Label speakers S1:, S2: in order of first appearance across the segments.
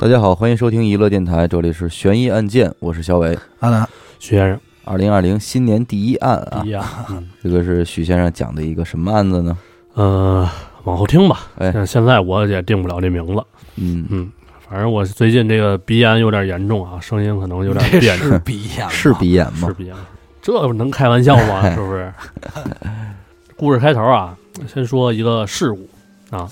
S1: 大家好，欢迎收听娱乐电台，这里是悬疑案件，我是小伟。
S2: 阿南，
S3: 徐先生，
S1: 二零二零新年第一案啊
S3: 第，一啊，嗯
S1: 这个是许先生讲的一个什么案子呢？
S3: 呃，往后听吧。
S1: 哎
S3: 但现在我也定不了这名字。
S1: 嗯，
S3: 嗯，反正我最近这个鼻炎有点严重啊，声音可能有点
S2: 这
S3: 变
S2: 是鼻炎吗，
S1: 是鼻炎
S3: 嗯是
S1: 吗？
S3: 鼻炎，这能开玩笑吗？是不是？故事开头啊，先说一个事故啊，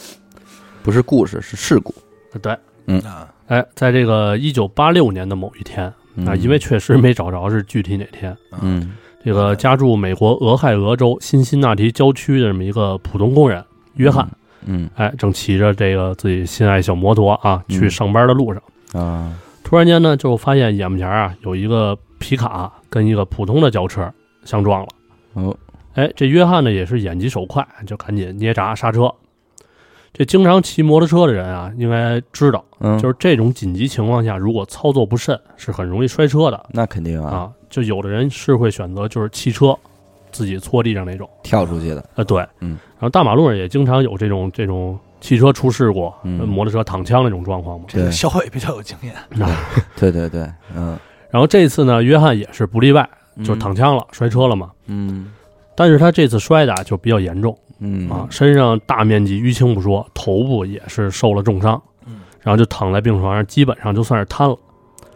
S1: 不是故事，是事故。
S3: 对，
S2: 啊，
S3: 哎，在这个一九八六年的某一天
S1: 嗯
S3: 啊，因为确实没找着是具体哪天，
S2: 啊
S1: 嗯
S3: 这个家住美国俄亥俄州辛辛那提郊区的这么一个普通工人约翰，
S1: 嗯
S3: 哎，正骑着这个自己心爱小摩托啊，
S1: 嗯
S3: 去上班的路上，
S1: 啊
S3: 突然间呢，就发现眼前啊有一个皮卡跟一个普通的轿车相撞了。
S1: 哦
S3: 哎，这约翰呢也是眼疾手快，就赶紧捏闸刹车。这经常骑摩托车的人啊，应该知道，
S1: 嗯，
S3: 就是这种紧急情况下，如果操作不慎，是很容易摔车的
S1: 那肯定啊，
S3: 啊。就有的人是会选择就是汽车自己搓地上那种。
S1: 跳出去的。
S3: 啊，对，
S1: 嗯，
S3: 然后大马路上也经常有这种这种汽车出事故，
S1: 嗯
S3: 呃摩托车躺枪那种状况嘛。
S2: 这个
S1: 对
S2: 小伟比较有经验，
S1: 对对对，嗯，
S3: 然后这次呢，约翰也是不例外， 就是躺枪了，摔车了嘛。
S1: 嗯。
S3: 但是他这次摔的啊就比较严重
S1: 嗯
S3: 啊，身上大面积淤青不说，头部也是受了重伤，
S2: 嗯，
S3: 然后就躺在病床上，基本上就算是瘫了，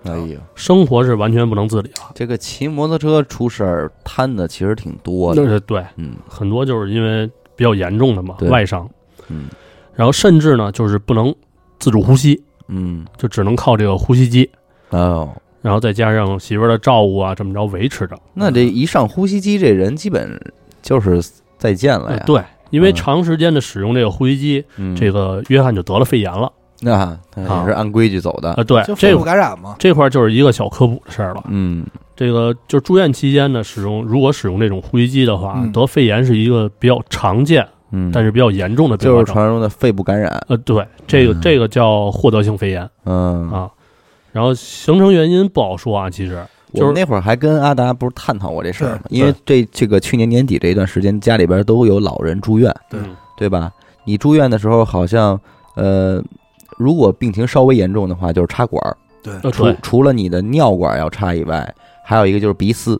S1: 哎呦，
S3: 生活是完全不能自理了。
S1: 这个骑摩托车出事儿摊的其实挺多
S3: 那
S1: 的。
S3: 是对，
S1: 嗯
S3: 很多就是因为比较严重的嘛
S1: 对
S3: 外伤，
S1: 嗯
S3: 然后甚至呢就是不能自主呼吸，
S1: 嗯，
S3: 就只能靠这个呼吸机。
S1: 哦，
S3: 然后再加上媳妇儿的照顾啊，这么着维持着。
S1: 那这一上呼吸机，这人基本就是再见了
S3: 呃
S1: 呀。
S3: 对，因为
S1: 嗯
S3: 长时间的使用这个呼吸机，
S1: 嗯，
S3: 这个约翰就得了肺炎了。
S1: 那他也是按规矩走的
S3: 啊，。对
S2: 就，
S3: 这
S2: 肺部感染嘛，
S3: 这块儿就是一个小科普的事儿了。
S1: 嗯
S3: 这个就是住院期间呢，使用如果使用这种呼吸机的话，
S2: 嗯
S3: 得肺炎是一个比较常见
S1: 嗯，
S3: 但是比较严重的并
S1: 就
S3: 发
S1: 是
S3: 症。
S1: 传说中的肺部感染。
S3: 呃，对，这个
S1: 嗯
S3: 这个叫获得性肺炎
S1: 嗯，
S3: 啊。然后形成原因不好说啊，其实
S1: 我
S3: 就是
S1: 们那会儿还跟阿达不是探讨过这事儿吗？
S3: 对
S1: 因为这这个去年年底这一段时间，家里边都有老人住院，
S2: 对
S3: 嗯
S1: 对吧？你住院的时候，好像呃，如果病情稍微严重的话，就是插管儿，
S2: 对，
S3: 呃
S1: 除
S3: 对，
S1: 除了你的尿管要插以外，还有一个就是鼻饲，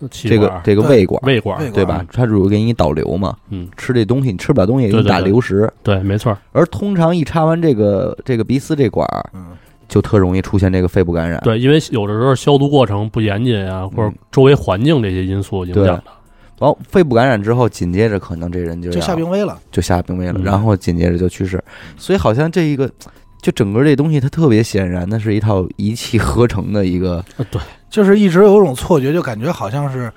S3: 嗯气
S1: 这个
S3: 管、
S1: 这个
S2: 对
S1: 胃管，
S3: 胃管，
S2: 胃管
S1: 对吧？它主要给你导流嘛，
S3: 嗯，
S1: 吃这东西你吃不了东西，给
S3: 对
S1: 你
S3: 对
S1: 打
S3: 对
S1: 流食。
S3: 对，没错儿，
S1: 而通常一插完这个这个鼻饲这管儿，
S2: 嗯，
S1: 就特容易出现这个肺部感染。
S3: 对，因为有的时候消毒过程不严谨啊，或者
S1: 嗯
S3: 周围环境这些因素影响的。
S1: 然后肺部感染之后，紧接着可能这人就
S2: 就
S1: 要
S2: 下病危了，
S1: 就下病危了，
S3: 嗯
S1: 然后紧接着就去世。所以好像这一个，就整个这东西，它特别显然，那是一套一气呵成的一个，
S3: 呃对，
S2: 就是一直有种错觉，就感觉好像是。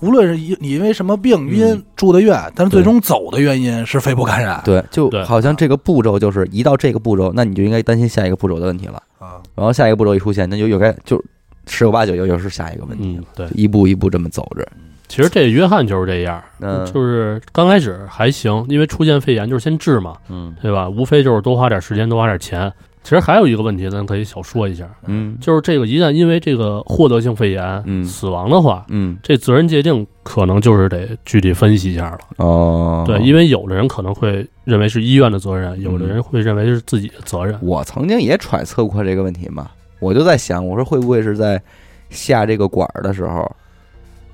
S2: 无论是因你因为什么病因
S1: 嗯
S2: 住的院，但是最终走的原因是肺部感染。
S1: 对，就
S3: 啊对
S1: 好像这个步骤就是一到这个步骤，那你就应该担心下一个步骤的问题了。
S2: 啊，
S1: 然后下一个步骤一出现，那就又该就十有八九又又是下一个问题
S3: 嗯
S1: 了，，
S3: 对。
S1: 一步一步这么走着。
S3: 其实这约翰就是这样，
S1: 嗯
S3: 就是刚开始还行，因为出现肺炎就是先治嘛，
S1: 嗯
S3: 对吧？无非就是多花点时间，多花点钱。其实还有一个问题，咱可以小说一下，
S1: 嗯
S3: 就是这个一旦因为这个获得性肺炎、
S1: 嗯
S3: 死亡的话，
S1: 嗯
S3: 这责任界定可能就是得具体分析一下了。
S1: 哦，
S3: 对，因为有的人可能会认为是医院的责任，
S1: 嗯
S3: 有的人会认为是自己的责任。
S1: 我曾经也揣测过这个问题嘛，我就在想，我说会不会是在下这个管儿的时候，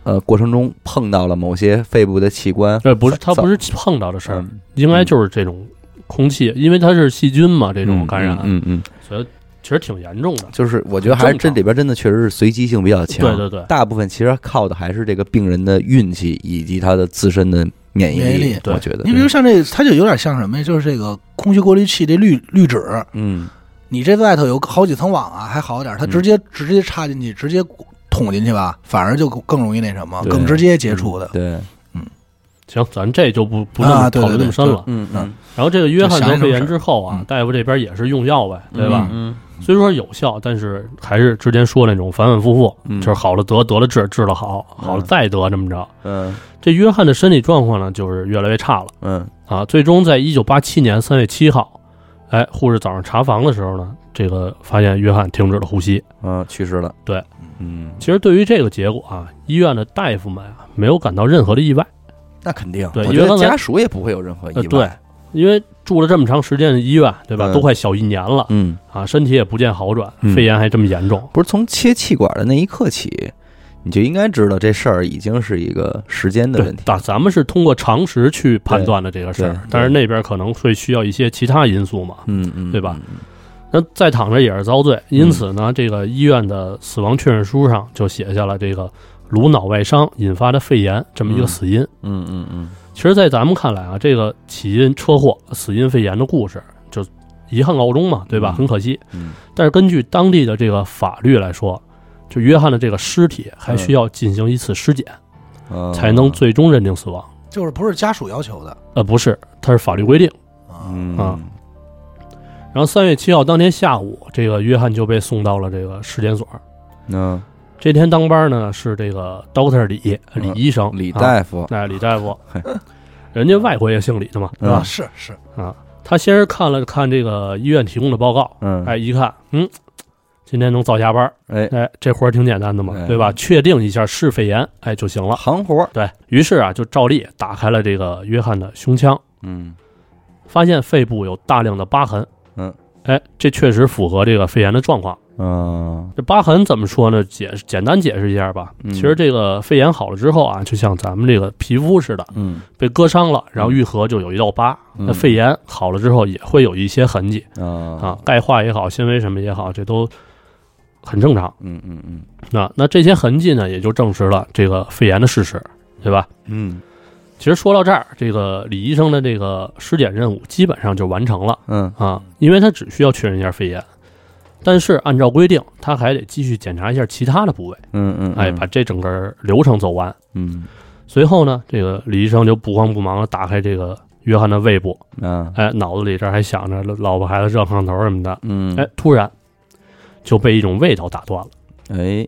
S1: 呃，过程中碰到了某些肺部的器官，
S3: 对，不是他
S1: 造
S3: 不是碰到的事儿，
S1: 嗯
S3: 应该就是这种空气，因为它是细菌嘛，这种感染，啊
S1: 嗯嗯嗯
S3: 所以其实挺严重的。
S1: 就是我觉得还是这里边真的确实是随机性比较强，
S3: 对对对，
S1: 大部分其实靠的还是这个病人的运气以及他的自身的免疫
S2: 免疫
S1: 力，
S2: 力
S3: 对
S1: 我觉得
S2: 你，比如像这，它就有点像什么呀？就是这个空气过滤器这滤滤纸，
S1: 嗯
S2: 你这外头有好几层网啊，还好点儿，它
S1: 嗯
S2: 直接、直接插进去，直接捅进去吧，反而就更容易那什么，
S1: 对嗯
S2: 更直接接触的。
S1: 对，
S3: 行，咱这就不不那么
S2: 啊对
S3: 考
S2: 对
S3: 虑那
S2: 对
S3: 么深了。
S1: 嗯
S2: 嗯
S3: 然后这个约翰得肺炎之后
S2: 嗯
S3: 啊，大夫这边也是用药呗，对吧？
S1: 嗯
S3: 虽说有效，但是还是之前说那种反反复复，
S1: 嗯
S3: 就是好了得，得了治，治了好，好了
S1: 嗯
S3: 再得，这么着。
S1: 嗯
S3: 这约翰的身体状况呢，就是越来越差了
S1: 嗯
S3: 啊。最终在一九八七年三月七号，哎，护士早上查房的时候呢，这个发现约翰停止了呼吸。
S1: 嗯，去世了，
S3: 对，
S1: 嗯，
S3: 其实对于这个结果啊，医院的大夫们啊，没有感到任何的意外。
S1: 那肯定，
S3: 对
S1: 我
S3: 因
S1: 觉
S3: 为
S1: 得
S3: 刚才
S1: 家属也不会有任何意
S3: 呃，
S1: 外，
S3: 对，因为住了这么长时间的医院，对吧？
S1: 嗯
S3: 都快小一年了
S1: 嗯，
S3: 啊，身体也不见好转
S1: 嗯，
S3: 肺炎还这么严重。
S1: 不是从切气管的那一刻起，你就应该知道这事儿已经是一个时间的
S3: 对
S1: 问，题。
S3: 但咱们是通过常识去判断的这个事
S1: 对
S3: 儿
S1: 对，
S3: 但是那边可能会需要一些其他因素嘛。
S1: 嗯嗯，
S3: 对吧？那再躺着也是遭罪，因此呢，这个医院的死亡确认书上就写下了这个颅脑外伤引发的肺炎这么一个死因。
S1: 嗯嗯嗯
S3: 其实，在咱们看来啊，这个起因车祸、死因肺炎的故事就遗憾告终嘛，对吧？
S1: 嗯
S3: 很可惜。
S1: 嗯
S3: 但是根据当地的这个法律来说，就约翰的这个尸体还需要进行一次尸检，
S1: 嗯，
S3: 才能最终认定死亡。
S2: 就是不是家属要求的
S3: 呃，不是，它是法律规定。
S2: 啊？
S1: 嗯
S3: 啊然后三月七号当天下午，这个约翰就被送到了这个尸检所。
S1: 那
S3: 这天当班呢是这个 Doctor 李
S1: 嗯
S3: 李医生，
S1: 李
S3: 啊，
S1: 大夫，
S3: 哎，李大夫
S1: 嘿，
S3: 人家外国也姓李的嘛，
S1: 嗯
S2: 啊，是是，
S3: 啊，他先是看了看这个医院提供的报告，
S1: 嗯
S3: 哎，一看，嗯，今天能早下班儿，
S1: 哎，
S3: 哎，这活儿挺简单的
S1: 哎
S3: 嘛，对吧？确定一下是肺炎，哎就行了。
S1: 行活儿，
S3: 对于是啊，就照例打开了这个约翰的胸腔，
S1: 嗯
S3: 发现肺部有大量的疤痕。
S1: 嗯，
S3: 哎，这确实符合这个肺炎的状况。
S1: 嗯
S3: 这疤痕怎么说呢？解释简单解释一下吧。
S1: 嗯
S3: 其实这个肺炎好了之后啊，就像咱们这个皮肤似的，
S1: 嗯
S3: 被割伤了，然后愈合就有一道疤。
S1: 嗯
S3: 那肺炎好了之后也会有一些痕迹
S1: 啊
S3: 啊，钙化也好，纤维什么也好，这都很正常。
S1: 嗯嗯嗯
S3: 那啊那这些痕迹呢，也就证实了这个肺炎的事实，对吧？
S1: 嗯
S3: 其实说到这儿，这个李医生的这个尸检任务基本上就完成了
S1: 嗯
S3: 啊，因为他只需要确认一下肺炎，但是按照规定，他还得继续检查一下其他的部位，
S1: 嗯嗯，
S3: 哎，把这整个流程走完。
S1: 嗯
S3: 随后呢，这个李医生就不慌不忙地打开这个约翰的胃部，
S1: 啊
S3: 哎，脑子里这儿还想着老婆孩子热炕头什么的，
S1: 嗯
S3: 哎，突然就被一种味道打断了，
S1: 哎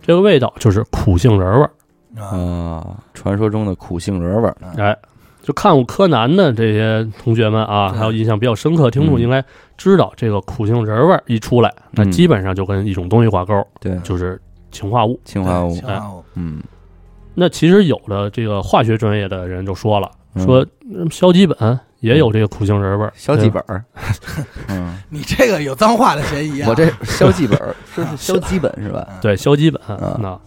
S3: 这个味道就是苦杏仁味儿。
S2: 啊，
S1: 啊，传说中的苦杏仁味儿，
S3: 哎，就看过柯南的这些同学们啊，
S2: 对
S3: 还有印象比较深刻的听众
S1: 嗯
S3: 应该知道，这个苦杏仁味儿一出来，那
S1: 嗯
S3: 基本上就跟一种东西挂钩，
S1: 对，
S3: 就是氰化物。
S1: 氰化物
S2: 氰，化
S3: 啊
S2: 物
S1: 嗯，
S3: 那其实有的这个化学专业的人就说了，
S1: 嗯
S3: 说嗯硝基本也有这个苦杏仁味儿，
S1: 小
S3: 对
S1: 几
S3: 吧
S1: 本 儿，嗯，
S2: 你这个有脏话的嫌疑啊！
S1: 我这小几本儿是是小基本是吧？
S3: 对硝基本。
S1: 嗯
S3: 那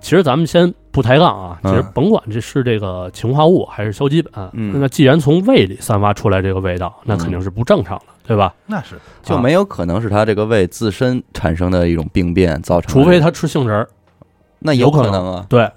S3: 其实咱们先不抬杠啊，
S1: 嗯
S3: 其实甭管这是这个氰化物还是硝基本，
S1: 嗯
S3: 那既然从胃里散发出来这个味道，那肯定是不正常的，对吧？啊
S2: 那是
S1: 就没有可能是他这个胃自身产生的一种病变造成的，
S3: 除非他吃杏仁儿，
S1: 那有可能啊，
S3: 对，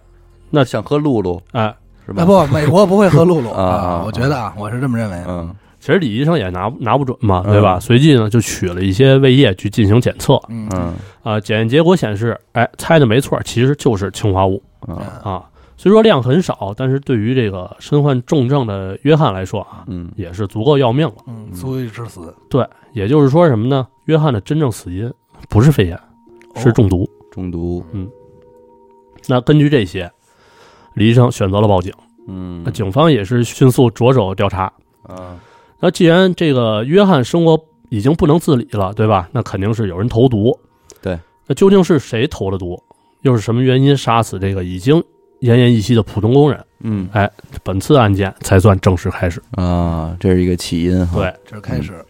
S3: 那
S1: 想喝露露
S3: 哎，
S1: 是吧？
S2: 啊，不，美国不会喝露露
S1: 啊啊啊
S2: 啊，我觉得啊，我是这么认为的。
S1: 嗯
S3: 其实李医生也拿拿不准嘛，
S1: 嗯
S3: 对吧？随即呢就取了一些胃液去进行检测
S2: 嗯
S1: 嗯
S3: 啊，检验结果显示，哎，猜的没错，其实就是氰化物
S1: 嗯
S3: 啊。虽说量很少，但是对于这个身患重症的约翰来说啊，
S1: 嗯
S3: 也是足够要命了。
S2: 嗯，足以致死，
S3: 对，也就是说什么呢？约翰的真正死因不是肺炎，
S2: 哦
S3: 是
S1: 哦
S3: 中毒。
S1: 中毒，
S3: 那根据这些，李医生选择了报警。
S1: 嗯
S3: 那警方也是迅速着手调查。
S1: 啊
S3: 那既然这个约翰生活已经不能自理了，对吧？那肯定是有人投毒。
S1: 对，
S3: 那究竟是谁投的毒？又是什么原因杀死这个已经奄奄一息的普通工人？
S1: 嗯
S3: 本次案件才算正式开始。
S1: 啊，这是一个起因哈，
S3: 对
S2: 哦，这是开始
S1: 嗯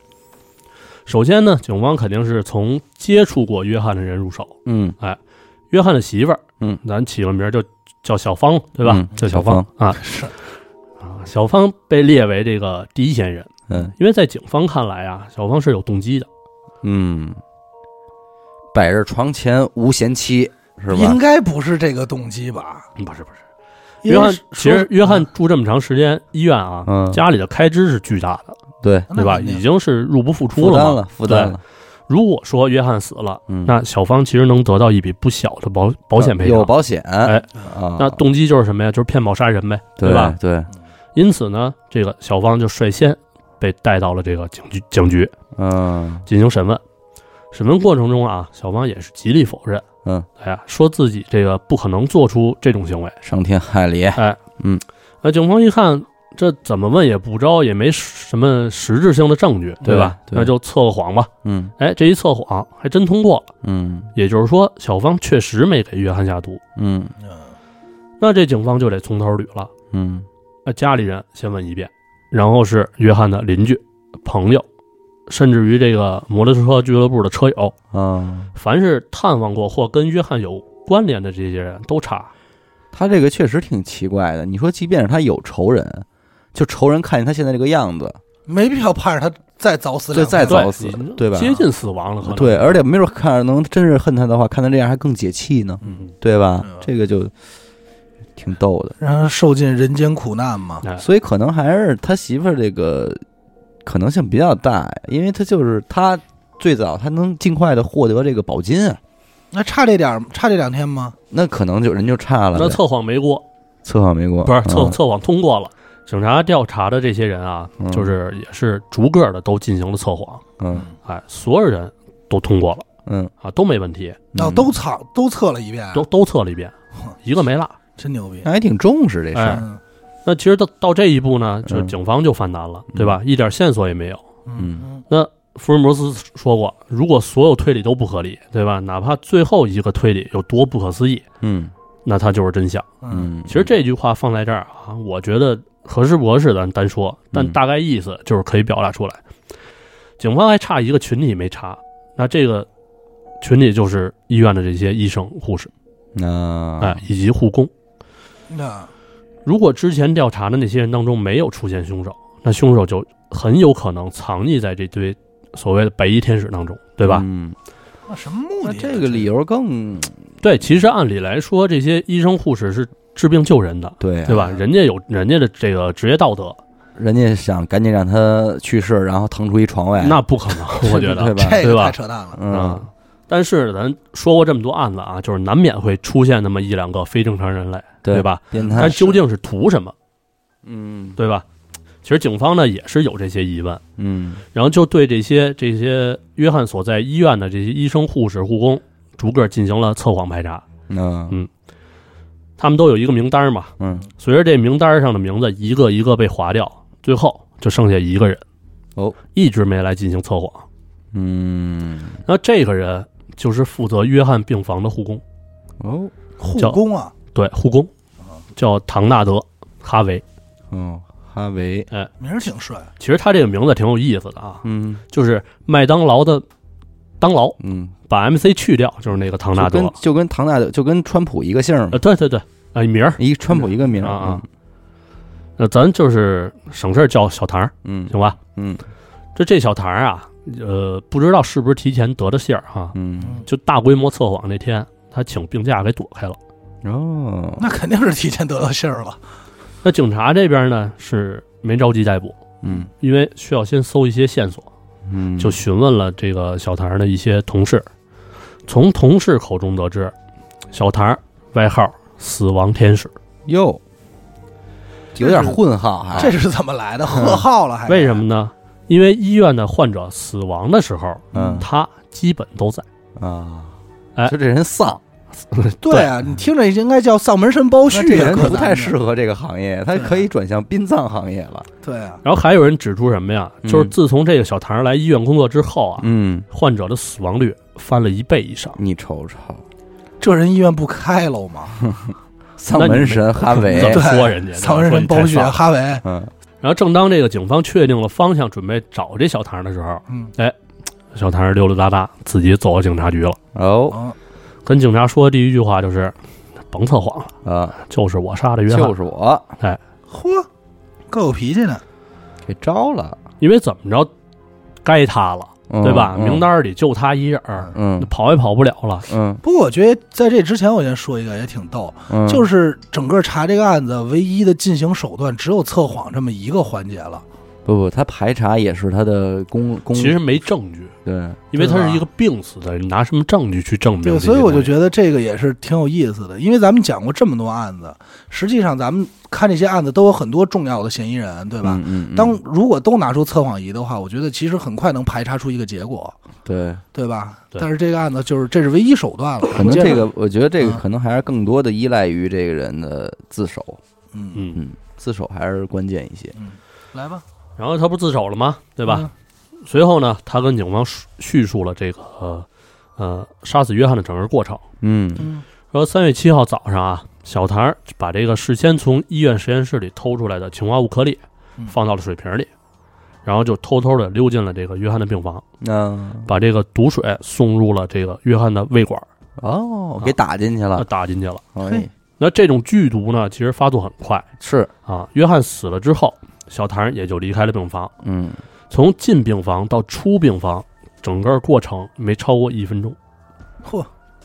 S3: 首先呢，警方肯定是从接触过约翰的人入手。
S1: 嗯
S3: 约翰的媳妇儿，
S1: 嗯，
S3: 咱起个名儿就叫小芳，对吧
S1: 嗯？
S3: 叫
S1: 小
S3: 芳啊
S2: 是
S3: 啊，小芳被列为这个第一嫌疑人，
S1: 嗯
S3: 因为在警方看来啊，小芳是有动机的。
S1: 嗯，摆着床前无贤妻是吧
S2: 应？该不是这个动机吧？
S3: 嗯不是不是，
S2: 因
S3: 约
S2: 为啊
S3: 翰
S2: 是
S3: 其实约翰住这么长时间医院啊，
S1: 嗯
S3: 家里的开支是巨大的，
S1: 对，
S2: 那
S3: 对吧？
S2: 肯定
S3: 已经是入不敷出
S1: 负担
S3: 了嘛。
S1: 了负担了，
S3: 如果说约翰死了，
S1: 嗯，
S3: 那小芳其实能得到一笔不小的保保险赔
S1: 有
S3: 偿。
S1: 保险，哎啊，
S3: 那动机就是什么呀？就是骗保杀人呗，
S1: 对
S3: 吧？？
S1: 对，
S3: 因此呢，这个小芳就率先被带到了这个警局警局
S1: 嗯
S3: 进行审问。审问过程中啊，小芳也是极力否认，
S1: 嗯，
S3: 哎呀，说自己这个不可能做出这种行为。
S1: 伤天害理，
S3: 哎，
S1: 嗯，
S3: 那警方一看，这怎么问也不招，也没什么实质性的证据，
S1: 对
S3: 吧？
S1: 对
S3: 那就测个谎吧。
S1: 嗯
S3: 哎，这一测谎还真通过了，
S1: 嗯
S3: 也就是说，小芳确实没给约翰下毒。
S1: 嗯
S2: 嗯
S3: 那这警方就得从头捋了。
S1: 嗯
S3: 那家里人先问一遍，然后是约翰的邻居、朋友，甚至于这个摩托车俱乐部的车友，
S1: 嗯，
S3: 凡是探望过或跟约翰有关联的这些人都查。
S1: 他这个确实挺奇怪的。你说，即便是他有仇人，就仇人看见他现在这个样子，
S2: 没必要盼着他再早死
S1: 这
S2: 两
S1: 再
S2: 回。
S1: 早死
S3: 对已经，
S1: 对吧？
S3: 接近死亡了，可能
S1: 对，而且没准看着能真是恨他的话，看他这样还更解气呢，
S3: 嗯，
S1: 对吧
S2: 嗯？
S1: 这个就挺逗的。
S2: 让他受尽人间苦难嘛。
S3: 哎
S1: 所以可能还是他媳妇儿这个可能性比较大，因为他就是他最早他能尽快的获得这个保金啊，
S2: 那差这点儿，差这两天吗？
S1: 那可能就人就差了呗。
S3: 那测谎没过，
S1: 测谎没过，
S3: 不是测
S1: 嗯
S3: 测谎通过了。警察调查的这些人啊
S1: 嗯，
S3: 就是也是逐个的都进行了测谎，
S1: 嗯
S3: 哎，所有人都通过了
S1: 嗯，
S3: 啊，都没问题，
S2: 那
S1: 嗯
S2: 哦都测都测了一遍，
S3: 都哎都测了一遍，一个没落。
S2: 真牛逼
S1: 那。还挺重视这事儿，
S3: 哎
S2: 嗯
S3: 那其实到到这一步呢，就
S1: 嗯
S3: 警方就犯难了，对吧？一点线索也没有。
S2: 嗯
S3: 福尔摩斯说过，如果所有推理都不合理，对吧？哪怕最后一个推理有多不可思议，
S1: 嗯
S3: 那它就是真相。
S2: 嗯
S1: 嗯，
S3: 其实这句话放在这儿啊，我觉得合适不合适咱单说，但
S1: 嗯
S3: 大概意思就是可以表达出来。警方还差一个群体没查，那这个群体就是医院的这些医生、护士，
S1: 那
S3: 哎，以及护工。
S2: 那
S3: 如果之前调查的那些人当中没有出现凶手，那凶手就很有可能藏匿在这堆所谓的白衣天使当中，对吧？
S1: 嗯，
S2: 那什么目
S1: 那
S2: 的？啊
S1: 这个理由更
S3: 对，其实按理来说，这些医生、护士是治病救人的，
S1: 对啊
S3: 对吧？人家有人家的这个职业道德，
S1: 人家想赶紧让他去世，然后腾出一床位，
S3: 那不可能， 我觉
S1: 对
S3: 得。
S1: 吧？
S2: 这
S3: 对
S2: 个
S3: 吧
S2: 太扯淡了。
S3: 啊
S1: 嗯，
S3: 但是咱说过这么多案子啊，就是难免会出现那么一两个非正常人类，对吧？
S1: 变态
S3: 但，究竟是图什么，
S1: 嗯
S3: 对吧？其实警方呢也是有这些疑问，
S1: 嗯
S3: 然后就对这些这些约翰所在医院的这些医生、护士、护工逐个进行了测谎排查，
S1: 那
S3: 嗯他们都有一个名单嘛，
S1: 嗯
S3: 随着这名单上的名字一个一个被划掉，最后就剩下一个人，
S1: 哦，
S3: 一直没来进行测谎。
S1: 嗯
S3: 那这个人就是负责约翰病房的护工，
S1: 哦
S2: 护
S3: 叫
S2: 工啊，
S3: 对，护工
S1: 啊
S3: 叫唐纳德·哈维。
S1: 哦，哈维，
S2: 名儿挺帅。
S3: 其实他这个名字挺有意思的啊，
S1: 嗯
S3: 就是麦当劳的当劳，
S1: 嗯，
S3: 把 MC 去掉，就是那个唐纳
S1: 就
S3: 德。
S1: 跟就跟唐纳德就跟川普一个姓儿嘛
S3: 呃，，对对对，哎，名儿，
S1: 一川普一个名儿
S3: 啊啊，那咱就是省事儿叫小唐儿，
S1: 嗯
S3: 行吧？
S1: 嗯
S3: 这这小唐儿啊，呃，不知道是不是提前得的信儿哈、
S1: 嗯
S3: 就大规模测谎那天，他请病假给躲开了。
S1: 嗯，哦，
S2: 那肯定是提前得到信儿了。
S3: 那警察这边呢是没着急逮捕，
S1: 嗯
S3: 因为需要先搜一些线索，
S1: 嗯，
S3: 就询问了这个小唐的一些同事，从同事口中得知，小唐外号“死亡天使
S1: 哟，有点混号还，
S2: 这是怎么来
S1: 嗯
S2: 的？贺号
S1: 哎
S2: 了还”，？
S3: 为什么？呢？因为医院的患者死亡的时候，
S1: 嗯
S3: 他基本都 在。
S1: 啊，
S3: 哎
S1: 就这人丧，
S2: 对啊，你听着应该叫丧门神包
S1: 那
S2: 胥
S1: 这
S2: 啊，
S1: 人
S2: 可
S1: 不
S2: 难
S1: 太
S2: 呢
S1: 适。合这个行业，他
S2: 对啊
S1: 可以转向殡葬行业了，
S2: 对啊，
S3: 然后还有人指出什么呀？
S1: 嗯
S3: 就是自从这个小唐来医院工作之后啊，
S1: 嗯，
S3: 患者的死亡率翻了一倍以上。
S1: 你瞅瞅，
S2: 这人医院不开喽吗？
S1: 丧
S3: 那你
S1: 门
S3: 们
S1: 神哈维
S3: 怎，么
S2: 对
S3: 说人家？
S2: 丧门神包
S3: 包
S2: 胥啊，哈维，
S1: 嗯
S3: 然后，正当这个警方确定了方向，准备找这小唐的时候，
S2: 嗯，
S3: 小唐溜溜达达自己走到警察局了，
S1: 哦
S2: 哦，
S3: 跟警察说的第一句话就是：“甭测谎了，
S1: 啊，
S3: 就是我杀的约翰
S1: 就。是我
S2: 嚯，够有脾气呢。
S1: 给招了，”
S3: 因为怎么着，该他了，
S1: 嗯
S3: 对吧？
S1: 嗯
S3: 名单里就他一人儿，
S1: 嗯
S3: 跑也跑不了了。
S1: 嗯
S2: 不过我觉得在这之前，我先说一个也挺逗，
S1: 嗯，
S2: 就是整个查这个案子唯一的进行手段只有测谎这么一个环节了。
S1: 不不，他排查也是他的公公，
S3: 其实没证据，
S1: 对，
S3: 因为他
S2: 对吧
S3: 是一个病死的，你拿什么证据去证明这
S2: 对，
S3: 些东
S2: 所
S3: 西？
S2: 以我就觉得这个也是挺有意思的，因为咱们讲过这么多案子，实际上咱们看这些案子都有很多重要的嫌疑人，对吧？
S1: 嗯嗯，
S2: 当如果都拿出测谎仪的话，我觉得其实很快能排查出一个结果，
S1: 对，
S2: 对吧？
S3: 对
S2: 但是这个案子就是这是唯一手段了，
S1: 可能
S2: 我接着
S1: 这个，我觉得这个
S2: 嗯
S1: 可能还是更多的依赖于这个人的自首，
S2: 嗯，
S3: 嗯，
S1: 嗯，自首还是关键一些，
S2: 来吧，
S3: 然后他不自首了吗？对
S2: 对
S1: 嗯
S3: 吧？？随后呢，他跟警方叙叙述了这个呃呃杀死约翰的整个过程。
S1: 嗯
S2: 嗯
S3: 说三月七号早上啊，小谭儿把这个事先从医院实验室里偷出来的氰化物颗粒
S2: 嗯
S3: 放到了水瓶里，然后就偷偷的溜进了这个约翰的病房，
S1: 嗯，
S3: 把这个毒水送入了这个约翰的胃管，
S1: 哦，给打进
S2: 啊
S1: 去
S3: 那
S1: 了，
S3: 打进去了。
S1: 哎，
S3: 那这种剧毒呢，其实发作很快
S1: 是，
S3: 啊。约翰死了之后，小唐也就离开了病房。
S1: 嗯，
S3: 从进病房到出病房，整个过程没超过一分钟，
S2: 嚯，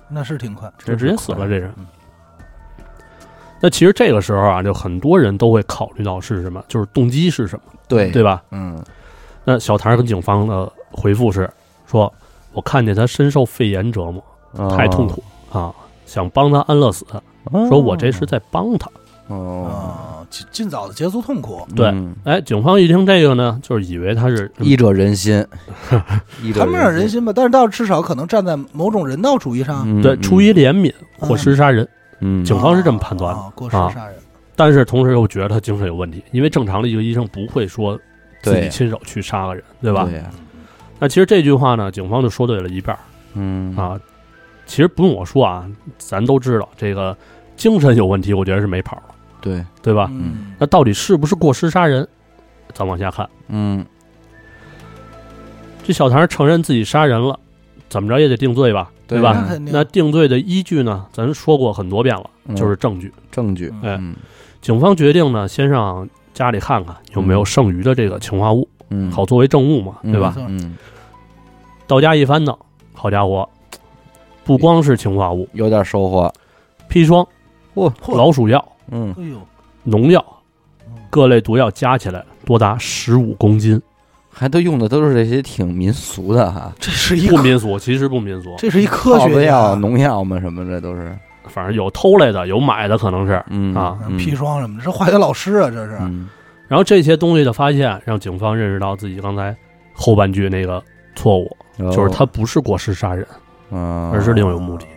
S2: 那是挺快，
S3: 就直接死了。这人
S2: 嗯。
S3: 那其实这个时候啊，就很多人都会考虑到是什么，就是动机是什么，
S1: 对
S3: 对，吧？
S1: 嗯，
S3: 那小唐跟警方的回复是说：“我看见他深受肺炎折磨，
S2: 哦
S3: 太痛苦啊，想帮他安乐死，
S1: 哦，
S3: 说我这是在帮他。
S1: 哦，
S2: 啊，尽尽早的结束痛苦。
S3: 对
S1: 嗯
S3: 哎，警方一听这个呢，就是以为他是
S1: 医者仁 心，医者
S2: 谈不上人心吧，啊但是倒至少可能站在某种人道主义上，
S1: 嗯
S3: 对
S1: 嗯
S3: 出于怜悯或施杀人，
S1: 嗯
S3: 警方是这么判断的
S2: 啊，过失杀人，
S3: 但是同时又觉得他精神有问题，因为正常的一个医生不会说自己
S1: 对
S3: 亲手去杀个人，对啊吧？
S1: 对呀
S2: 嗯
S3: 那其实这句话呢，警方就说对了一半儿
S1: 嗯，
S3: 啊。其实不用我说啊，咱都知道这个精神有问题，我觉得是没跑了，
S1: 对，
S3: 对吧？
S2: 嗯，
S3: 啊那到底是不是过失杀人？咱往下看，
S1: 嗯
S3: 这小唐承认自己杀人了，怎么着也得定罪吧，
S1: 对
S3: 对吧？
S2: 那肯定
S3: 那定罪的依据呢？咱说过很多遍了，
S1: 嗯
S3: 就是证据。
S1: 证据，
S2: 嗯
S3: 哎
S1: 嗯
S3: 警方决定呢，先上家里看看有没有剩余的这个氰化物，
S1: 嗯，
S3: 好作为证物嘛，
S1: 嗯，
S3: 对吧？
S1: 嗯，
S3: 到家一翻呢，好家伙，不光是氰化物、
S1: 有点收获，
S3: 砒霜、
S1: 嚯哦
S3: 老鼠药、
S1: 嗯，
S2: 哎呦，
S3: 农药
S2: 嗯，
S3: 各类毒药加起来多达十五 公斤，
S1: 还都用的都是这些挺民俗的哈，
S2: 这是一
S3: 不
S2: 科，
S3: 民俗，其实不民俗，
S2: 这是一科
S1: 泡
S2: 学
S1: 子
S2: 家
S1: 药、农药嘛什么的都是，
S3: 反正有偷来的，有买的，可能是。
S1: 嗯
S3: 啊
S2: 嗯砒霜什么的，这化学老师啊，这是
S1: 嗯
S3: 然后这些东西的发现，让警方认识到自己刚才后半句那个错误，
S1: 嗯，
S3: 就是他不是过失杀人，
S1: 嗯，
S3: 而是另有目的。
S2: 啊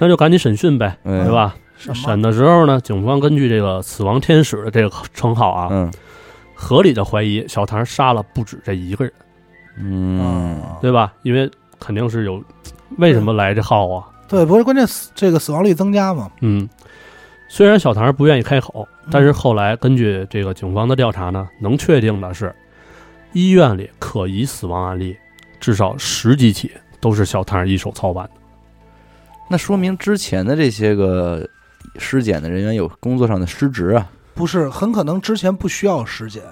S3: 那就赶紧审讯呗，
S1: 嗯
S3: 对吧？
S2: 什
S3: 审
S2: 么？啊
S3: 的时候呢，警方根据这个“死亡天使”的这个称号啊，
S1: 嗯
S3: 合理的怀疑小唐杀了不止这一个人，
S1: 嗯，
S2: 啊
S3: 对吧？因为肯定是有，为什么来这号啊？
S2: 对，不是关键死这个死亡率增加嘛？
S3: 嗯，虽然小唐不愿意开口，
S2: 嗯
S3: 但是后来根据这个警方的调查呢，能确定的是，医院里可疑死亡案例至少十几起都是小唐一手操办的。
S1: 那说明之前的这些个尸检的人员有工作上的失职啊，
S2: 不是，很可能之前不需要尸检，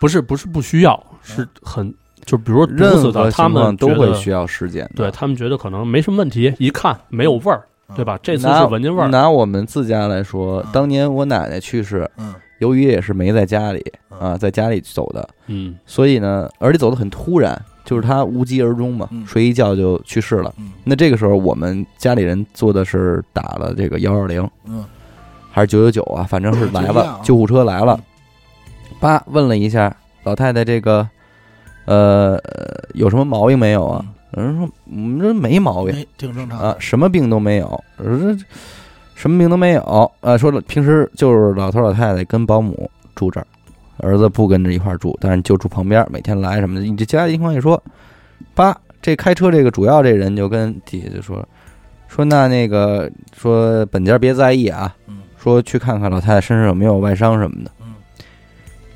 S3: 不是不是不需要，是很就比如说毒
S1: 嗯
S3: 死
S1: 任
S3: 的，
S1: 何
S3: 他
S1: 情况
S3: 们
S1: 都
S3: 觉
S1: 会
S3: 得
S1: 需要尸检的，
S3: 对他们觉得可能没什么问题，一看没有味儿，
S2: 嗯
S3: 对吧？？这次
S1: 拿
S3: 是闻见味儿，啊
S1: 拿我们自家来说
S2: 嗯，
S1: 当年我奶奶去世，
S2: 嗯
S1: 由于也是没在家里
S2: 嗯
S1: 啊，在家里走的，
S3: 嗯，
S1: 所以呢，而且走的很突然，就是她无疾而终嘛
S2: 嗯，
S1: 睡一觉就去世了。
S2: 嗯
S1: 那这个时候，我们家里人做的是打了这个幺二零
S2: 嗯
S1: 还是九 九九啊，嗯反正是来
S2: 就一样
S1: 了
S2: 啊，
S1: 救护车来了。爸问了一下老太太这个，呃，呃有什么毛病没有啊？有人说我们这没毛病，
S2: 没嗯哎挺正常
S1: 啊，，什么病都没有，我说这什么病都没有。呃，说了平时就是老头老太太跟保姆住这儿，儿子不跟着一块儿住，但是就住旁边儿，每天来什么的。你这家里情况一说，爸，这开车这个主要这人就跟底下就说说那那个说本家别在意啊，
S2: 嗯
S1: 说去看看老太太身上有没有外伤什么的。
S2: 嗯，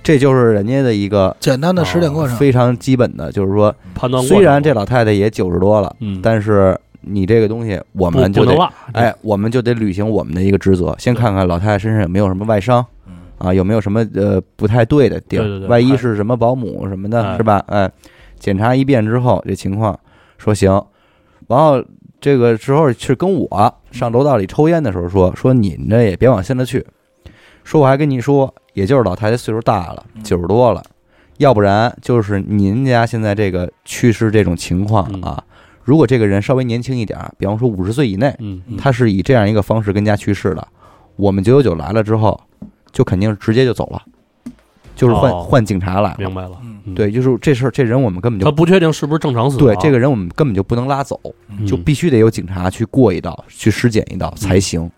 S1: 这就是人家的一个
S2: 简单的尸检过程，
S1: 啊非常基本的，就是说，
S3: 判啊断过
S1: 虽然
S3: 程
S1: 这老太太也九十多了，
S3: 嗯，
S1: 但是你这个东西我
S3: 不
S1: 们
S3: 不
S1: 就得
S3: 能落，
S1: 哎，我们就得履行我们的一个职责，先看看老太太身上有没有什么外伤
S2: 嗯
S1: 啊，有没有什么呃不太对的地
S3: 对对
S1: 儿，
S3: 对
S1: 万一
S3: 还
S1: 是什么保姆什么的，
S3: 哎
S1: 是吧？哎，检查一遍之后这情况，说行，然后这个时候是跟我上楼道里抽烟的时候说，说你那也别往心里去，说我还跟你说，也就是老太太岁数大了，
S2: 嗯
S1: 九十多了，要不然就是您家现在这个去世这种情况啊，如果这个人稍微年轻一点儿，比方说五十岁以内。
S3: 嗯，嗯
S1: 他是以这样一个方式跟家去世的。我们九九九来了之后，就肯定直接就走了，就是换、
S3: 哦
S1: 换警察来了。
S3: 明白了，
S2: 嗯
S3: 嗯，
S1: 对，就是这事儿，这人我们根本
S3: 他
S1: 就
S3: 不确定是不是正常死啊亡，
S1: 对这个人我们根本就不能拉走，
S2: 嗯
S3: 嗯
S1: 就必须得有警察去过一道，去尸检一道才行。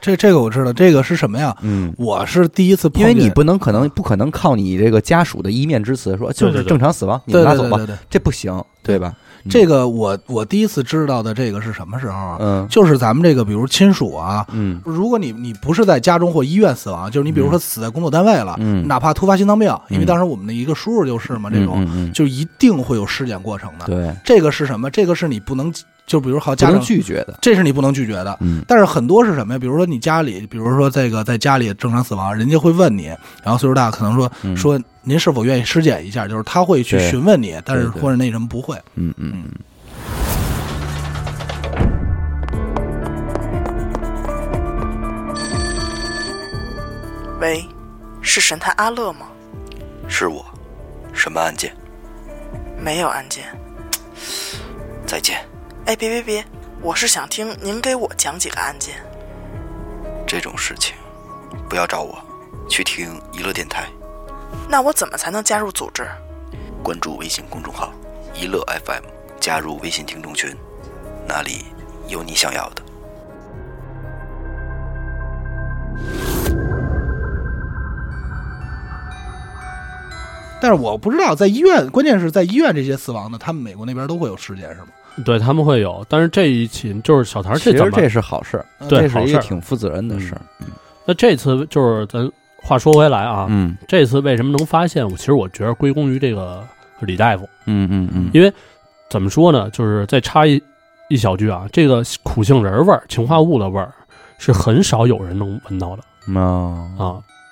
S2: 这这个我知道，这个是什么呀？
S1: 嗯，
S2: 我是第一次碰
S1: 因
S2: 见，
S1: 为你不能可能不可能靠你这个家属的一面之词说就
S3: 对对
S1: 是
S3: 对
S1: 正常死亡，你
S2: 对
S1: 们
S2: 对
S1: 拉走
S2: 对
S1: 吧，
S2: 对对，
S1: 这不行，对吧？嗯
S2: 这个我我第一次知道的这个是什么时候啊？
S1: 嗯
S2: 就是咱们这个，比如亲属啊，
S1: 嗯
S2: 如果你你不是在家中或医院死亡，就是你比如说死在工作单位了，
S1: 嗯，
S2: 哪怕突发心脏病，因为
S1: 嗯
S2: 当时我们的一个叔叔就是嘛，这
S1: 嗯
S2: 种
S1: 嗯嗯
S2: 就一定会有尸检过程的。
S1: 对，
S2: 这个是什么？这个是你不能，就比如好
S1: 不
S2: 家
S1: 能
S2: 长，
S1: 拒绝的，
S2: 这是你不能拒绝的。
S1: 嗯
S2: 但是很多是什么呀？比如说你家里，比如说这个在家里正常死亡，人家会问你，然后岁数大可能说
S1: 嗯
S2: 说您是否愿意尸检一下，就是他会去
S1: 对
S2: 询问你，但是
S1: 对对
S2: 或者那什么不会。
S1: 嗯嗯嗯。
S4: 喂，是神探阿乐吗？
S5: 是我，什么案件？
S4: 没有案件。
S5: 再见，
S4: 哎，别别别，我是想听您给我讲几个案件。
S5: 这种事情不要找我，去听娱乐电台，
S4: 那我怎么才能加入组织？
S5: 关注微信公众号“娱乐 FM”，加入微信听众群，那里有你想要的。
S2: 但是我不知道在医院，关键是在医院这些死亡的，他们美国那边都会有尸检是吗？
S3: 对他们会有，但是这一起就是小谭儿
S1: 其
S3: 这
S1: 实
S3: 怎么
S1: 这是好事儿，
S3: 对
S1: 这是一
S3: 好事
S1: 个
S3: 儿嗯啊
S1: 挺负责任的事儿。
S3: 那这次就是咱话说回来啊，
S1: 嗯
S3: 这次为什么能发现？我其实我觉得归功于这个李大夫。
S1: 嗯嗯嗯，
S3: 因为怎么说呢，就是再插一一小句啊，这个苦杏仁味儿、氰化物的味儿是很少有人能闻到的
S1: 啊，
S3: 啊。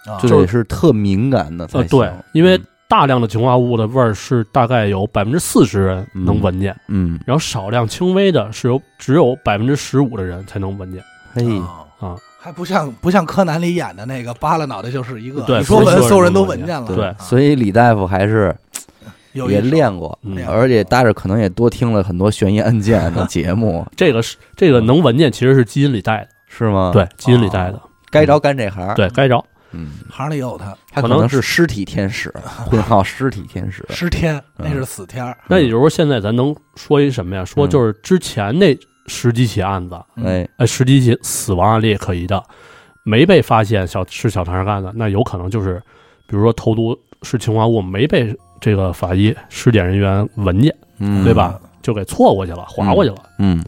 S2: 啊，
S1: 就
S3: 就
S1: 得
S3: 是
S1: 是特敏感的才
S3: 呃，
S1: 行。
S3: 对，因为
S1: 嗯
S3: 大量的氰化物的味儿是大概有百分之四十人能闻见，
S1: 嗯，
S3: 然后少量轻微的是有只有百分之十五的人才能闻见。
S1: 嘿，
S2: 啊
S3: 啊
S2: 还不像不像柯南里演的那个扒拉脑袋就是一个，
S3: 对
S2: 你说闻
S3: 不是
S2: 所有人都闻见了，
S3: 对
S2: 啊
S1: 所以李大夫还是
S2: 有
S1: 也
S2: 一手
S1: 练过，
S3: 嗯
S2: 练，过
S1: 而且搭着可能也多听了很多悬疑案件 的节目，
S3: 这个是这个能闻见，其实是基因里带的，
S1: 是吗？
S3: 对，，基因里带的，
S1: 该着干这行。，
S3: 对该着。
S1: 哦嗯，
S2: 行里也有他，
S1: 他可
S3: 可能
S1: 能是尸体天使，混号尸体天使。
S2: 尸天
S1: 嗯
S2: 那是死天儿，
S3: 那也就是说，现在咱能说一什么呀？说
S1: 嗯
S3: 就是之前那十几起案子，
S2: 嗯
S1: 哎，
S3: 呃，十几起死亡案例可疑的，没被发现小是小唐干的，那有可能就是，比如说投毒是氰化物，没被这个法医尸检人员闻见，
S1: 嗯，
S3: 对吧？就给错过去了，划过去了。
S1: 嗯，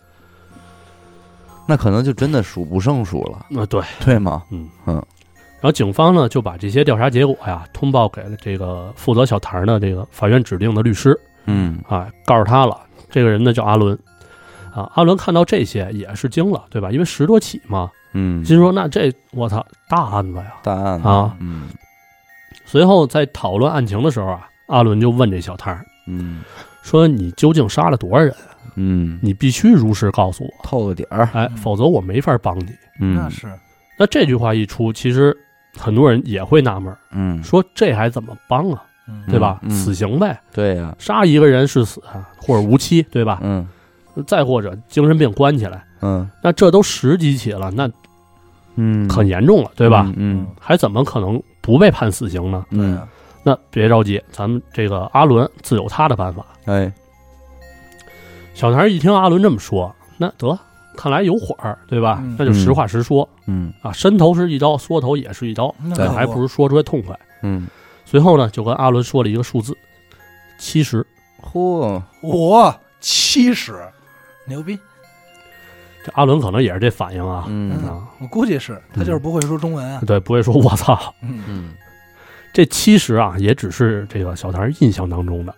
S1: 那可能就真的数不胜数了，
S3: 那、对，
S1: 对吗？
S3: 然后警方呢就把这些调查结果呀通报给了这个负责小唐的这个法院指定的律师
S1: 嗯
S3: 啊，告诉他了，这个人呢叫阿伦。啊，阿伦看到这些也是惊了，对吧？因为十多起嘛，
S1: 嗯，
S3: 心说那这我操大案子呀，
S1: 答案
S3: 啊，
S1: 嗯
S3: 随后在讨论案情的时候啊，阿伦就问这小摊儿
S1: 嗯
S3: 说：“你究竟杀了多少人？
S1: 嗯，
S3: 你必须如实告诉我，
S1: 透个底儿，
S3: 哎
S2: 嗯，
S3: 否则我没法帮你。
S2: 那
S1: 嗯
S2: 是”
S3: 那这句话一出，其实很多人也会纳闷儿，
S1: 嗯，
S3: 说这还怎么帮啊？
S2: 嗯
S3: 对吧？
S1: 嗯嗯
S3: 死刑呗，
S1: 对呀，
S3: 杀一个人是死啊，或者无期，对吧？
S1: 嗯
S3: 再或者精神病关起来，
S1: 嗯
S3: 那这都十几起了，那
S1: 嗯，
S3: 很严重了，对吧？
S1: 嗯？
S3: 还怎么可能不被判死刑呢？
S1: 嗯
S2: 对
S1: 嗯，
S2: 啊
S3: 那别着急，咱们这个阿伦自有他的办法。
S1: 哎，
S3: 小唐一听阿伦这么说，那得，看来有火儿，对吧？
S2: 嗯
S3: 那就实话实说、
S1: 嗯
S3: 啊，伸头是一刀，缩头也是一刀，
S2: 那
S1: 对
S2: 可
S3: 还不如说出来痛快。
S1: 嗯，
S3: 随后呢，就跟阿伦说了一个数字，七十。
S1: 嚯，
S2: 我七十，牛逼！
S3: 这阿伦可能也是这反应啊、
S1: 嗯
S3: 啊，
S2: 我估计是他就是不会说中文啊。
S3: 对，不会说我操，
S2: 嗯，
S1: 嗯，
S3: 这七十啊，也只是这个小唐印象当中的。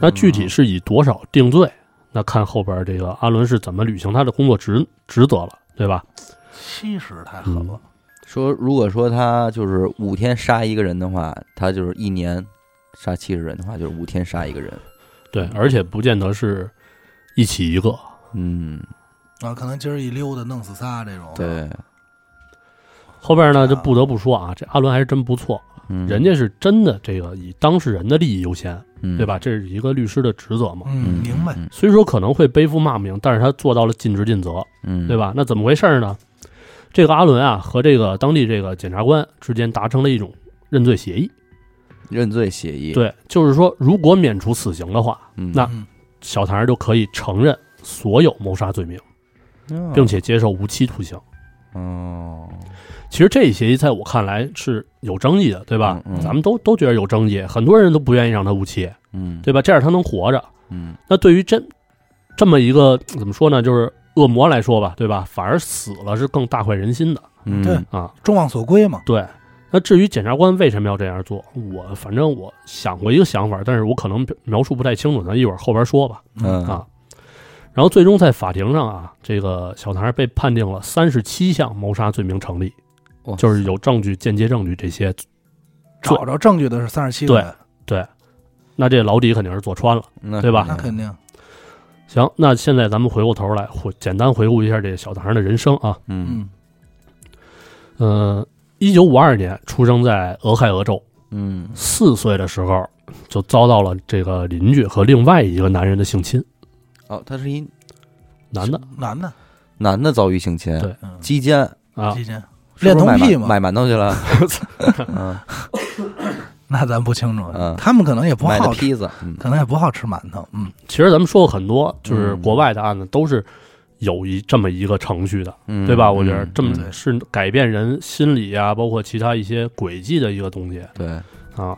S3: 那具
S1: 嗯
S3: 体是以多少定罪？那看后边这个阿伦是怎么履行他的工作职职责了，对吧？
S2: 七十太狠
S1: 嗯
S2: 了，
S1: 说如果说他就是五天杀一个人的话，他就是一年杀七十人的话，就是五天杀一个人，
S3: 对，而且不见得是一起一个，
S1: 嗯，
S2: 啊，可能今儿一溜达弄死仨这种。，
S1: 对，
S3: 后边呢，就不得不说啊，这阿伦还是真不错，
S1: 嗯，
S3: 人家是真的这个以当事人的利益优先，
S1: 嗯
S3: 对？吧？这是一个律师的职责嘛。
S2: 嗯，
S1: 嗯，
S2: 明白。
S1: 嗯，
S3: 虽说可能会背负骂名，但是他做到了尽职尽责，
S1: 嗯，
S3: 对？吧？那怎么回事呢？这个阿伦啊和这个当地这个检察官之间达成了一种认罪协议，
S1: 认罪协议，，
S3: 对，就是说如果免除死刑的话，
S1: 嗯，
S3: 那
S2: 嗯
S3: 小
S1: 嗯
S3: 唐就可以承认所有谋杀罪名，并且接受无期徒刑。
S1: 哦，
S3: 其实这一协议在我看来是有争议的，对吧？
S1: 嗯嗯
S3: 咱们都都觉得有争议，很多人都不愿意让他无期，
S1: 嗯，
S3: 对吧？这样他能活着。
S1: 嗯
S3: 那对于这这么一个怎么说呢，就是恶魔来说吧，对吧？反而死了是更大快人心的
S1: 嗯，
S2: 对
S3: 啊。
S2: 众望所归嘛。
S3: 对，那至于检察官为什么要这样做，我反正我想过一个想法，但是我可能描述不太清楚，咱一会儿后边说吧。
S1: 嗯
S3: 啊然后最终在法庭上啊，这个小唐被判定了三十七项谋杀罪名成立，
S1: 哇
S3: 就是有证据、间接证据这些。
S2: 找着证据的是三十七个人，
S3: 那这老底肯定是坐穿了。
S1: 嗯那
S3: 对吧
S2: 那肯定
S3: 行，那现在咱们回过头来，回简单回顾一下这小唐的人生啊。
S1: 嗯
S2: 嗯
S3: 呃，一九五二年出生在俄亥俄州，
S1: 嗯
S3: 四岁的时候就遭到了这个邻居和另外一个男人的性侵，
S1: 哦，他是一
S3: 男的
S2: 嗯男的，
S1: 男的遭遇性侵，
S3: 对
S2: 嗯，
S1: 鸡奸，
S3: 啊
S2: 基，金
S1: 是
S2: 恋
S1: 不是
S2: 童
S1: 买
S2: 癖
S1: 馒
S2: 嘛，
S1: 买馒头去了，嗯，
S2: 那咱不清楚
S1: 嗯，
S2: 他们可能 也不
S1: 买的
S2: 好吃，
S1: 坯 子，嗯
S2: 可能也不好吃馒头，嗯，
S3: 其实咱们说过很多，就是
S1: 嗯
S3: 国外的案子都是有一这么一个程序的，
S1: 嗯，
S3: 对吧？我觉得
S1: 嗯
S3: 这么
S1: 嗯
S2: 对
S3: 是改变人心理啊，包括其他一些轨迹的一个东西
S1: 对，
S3: 啊。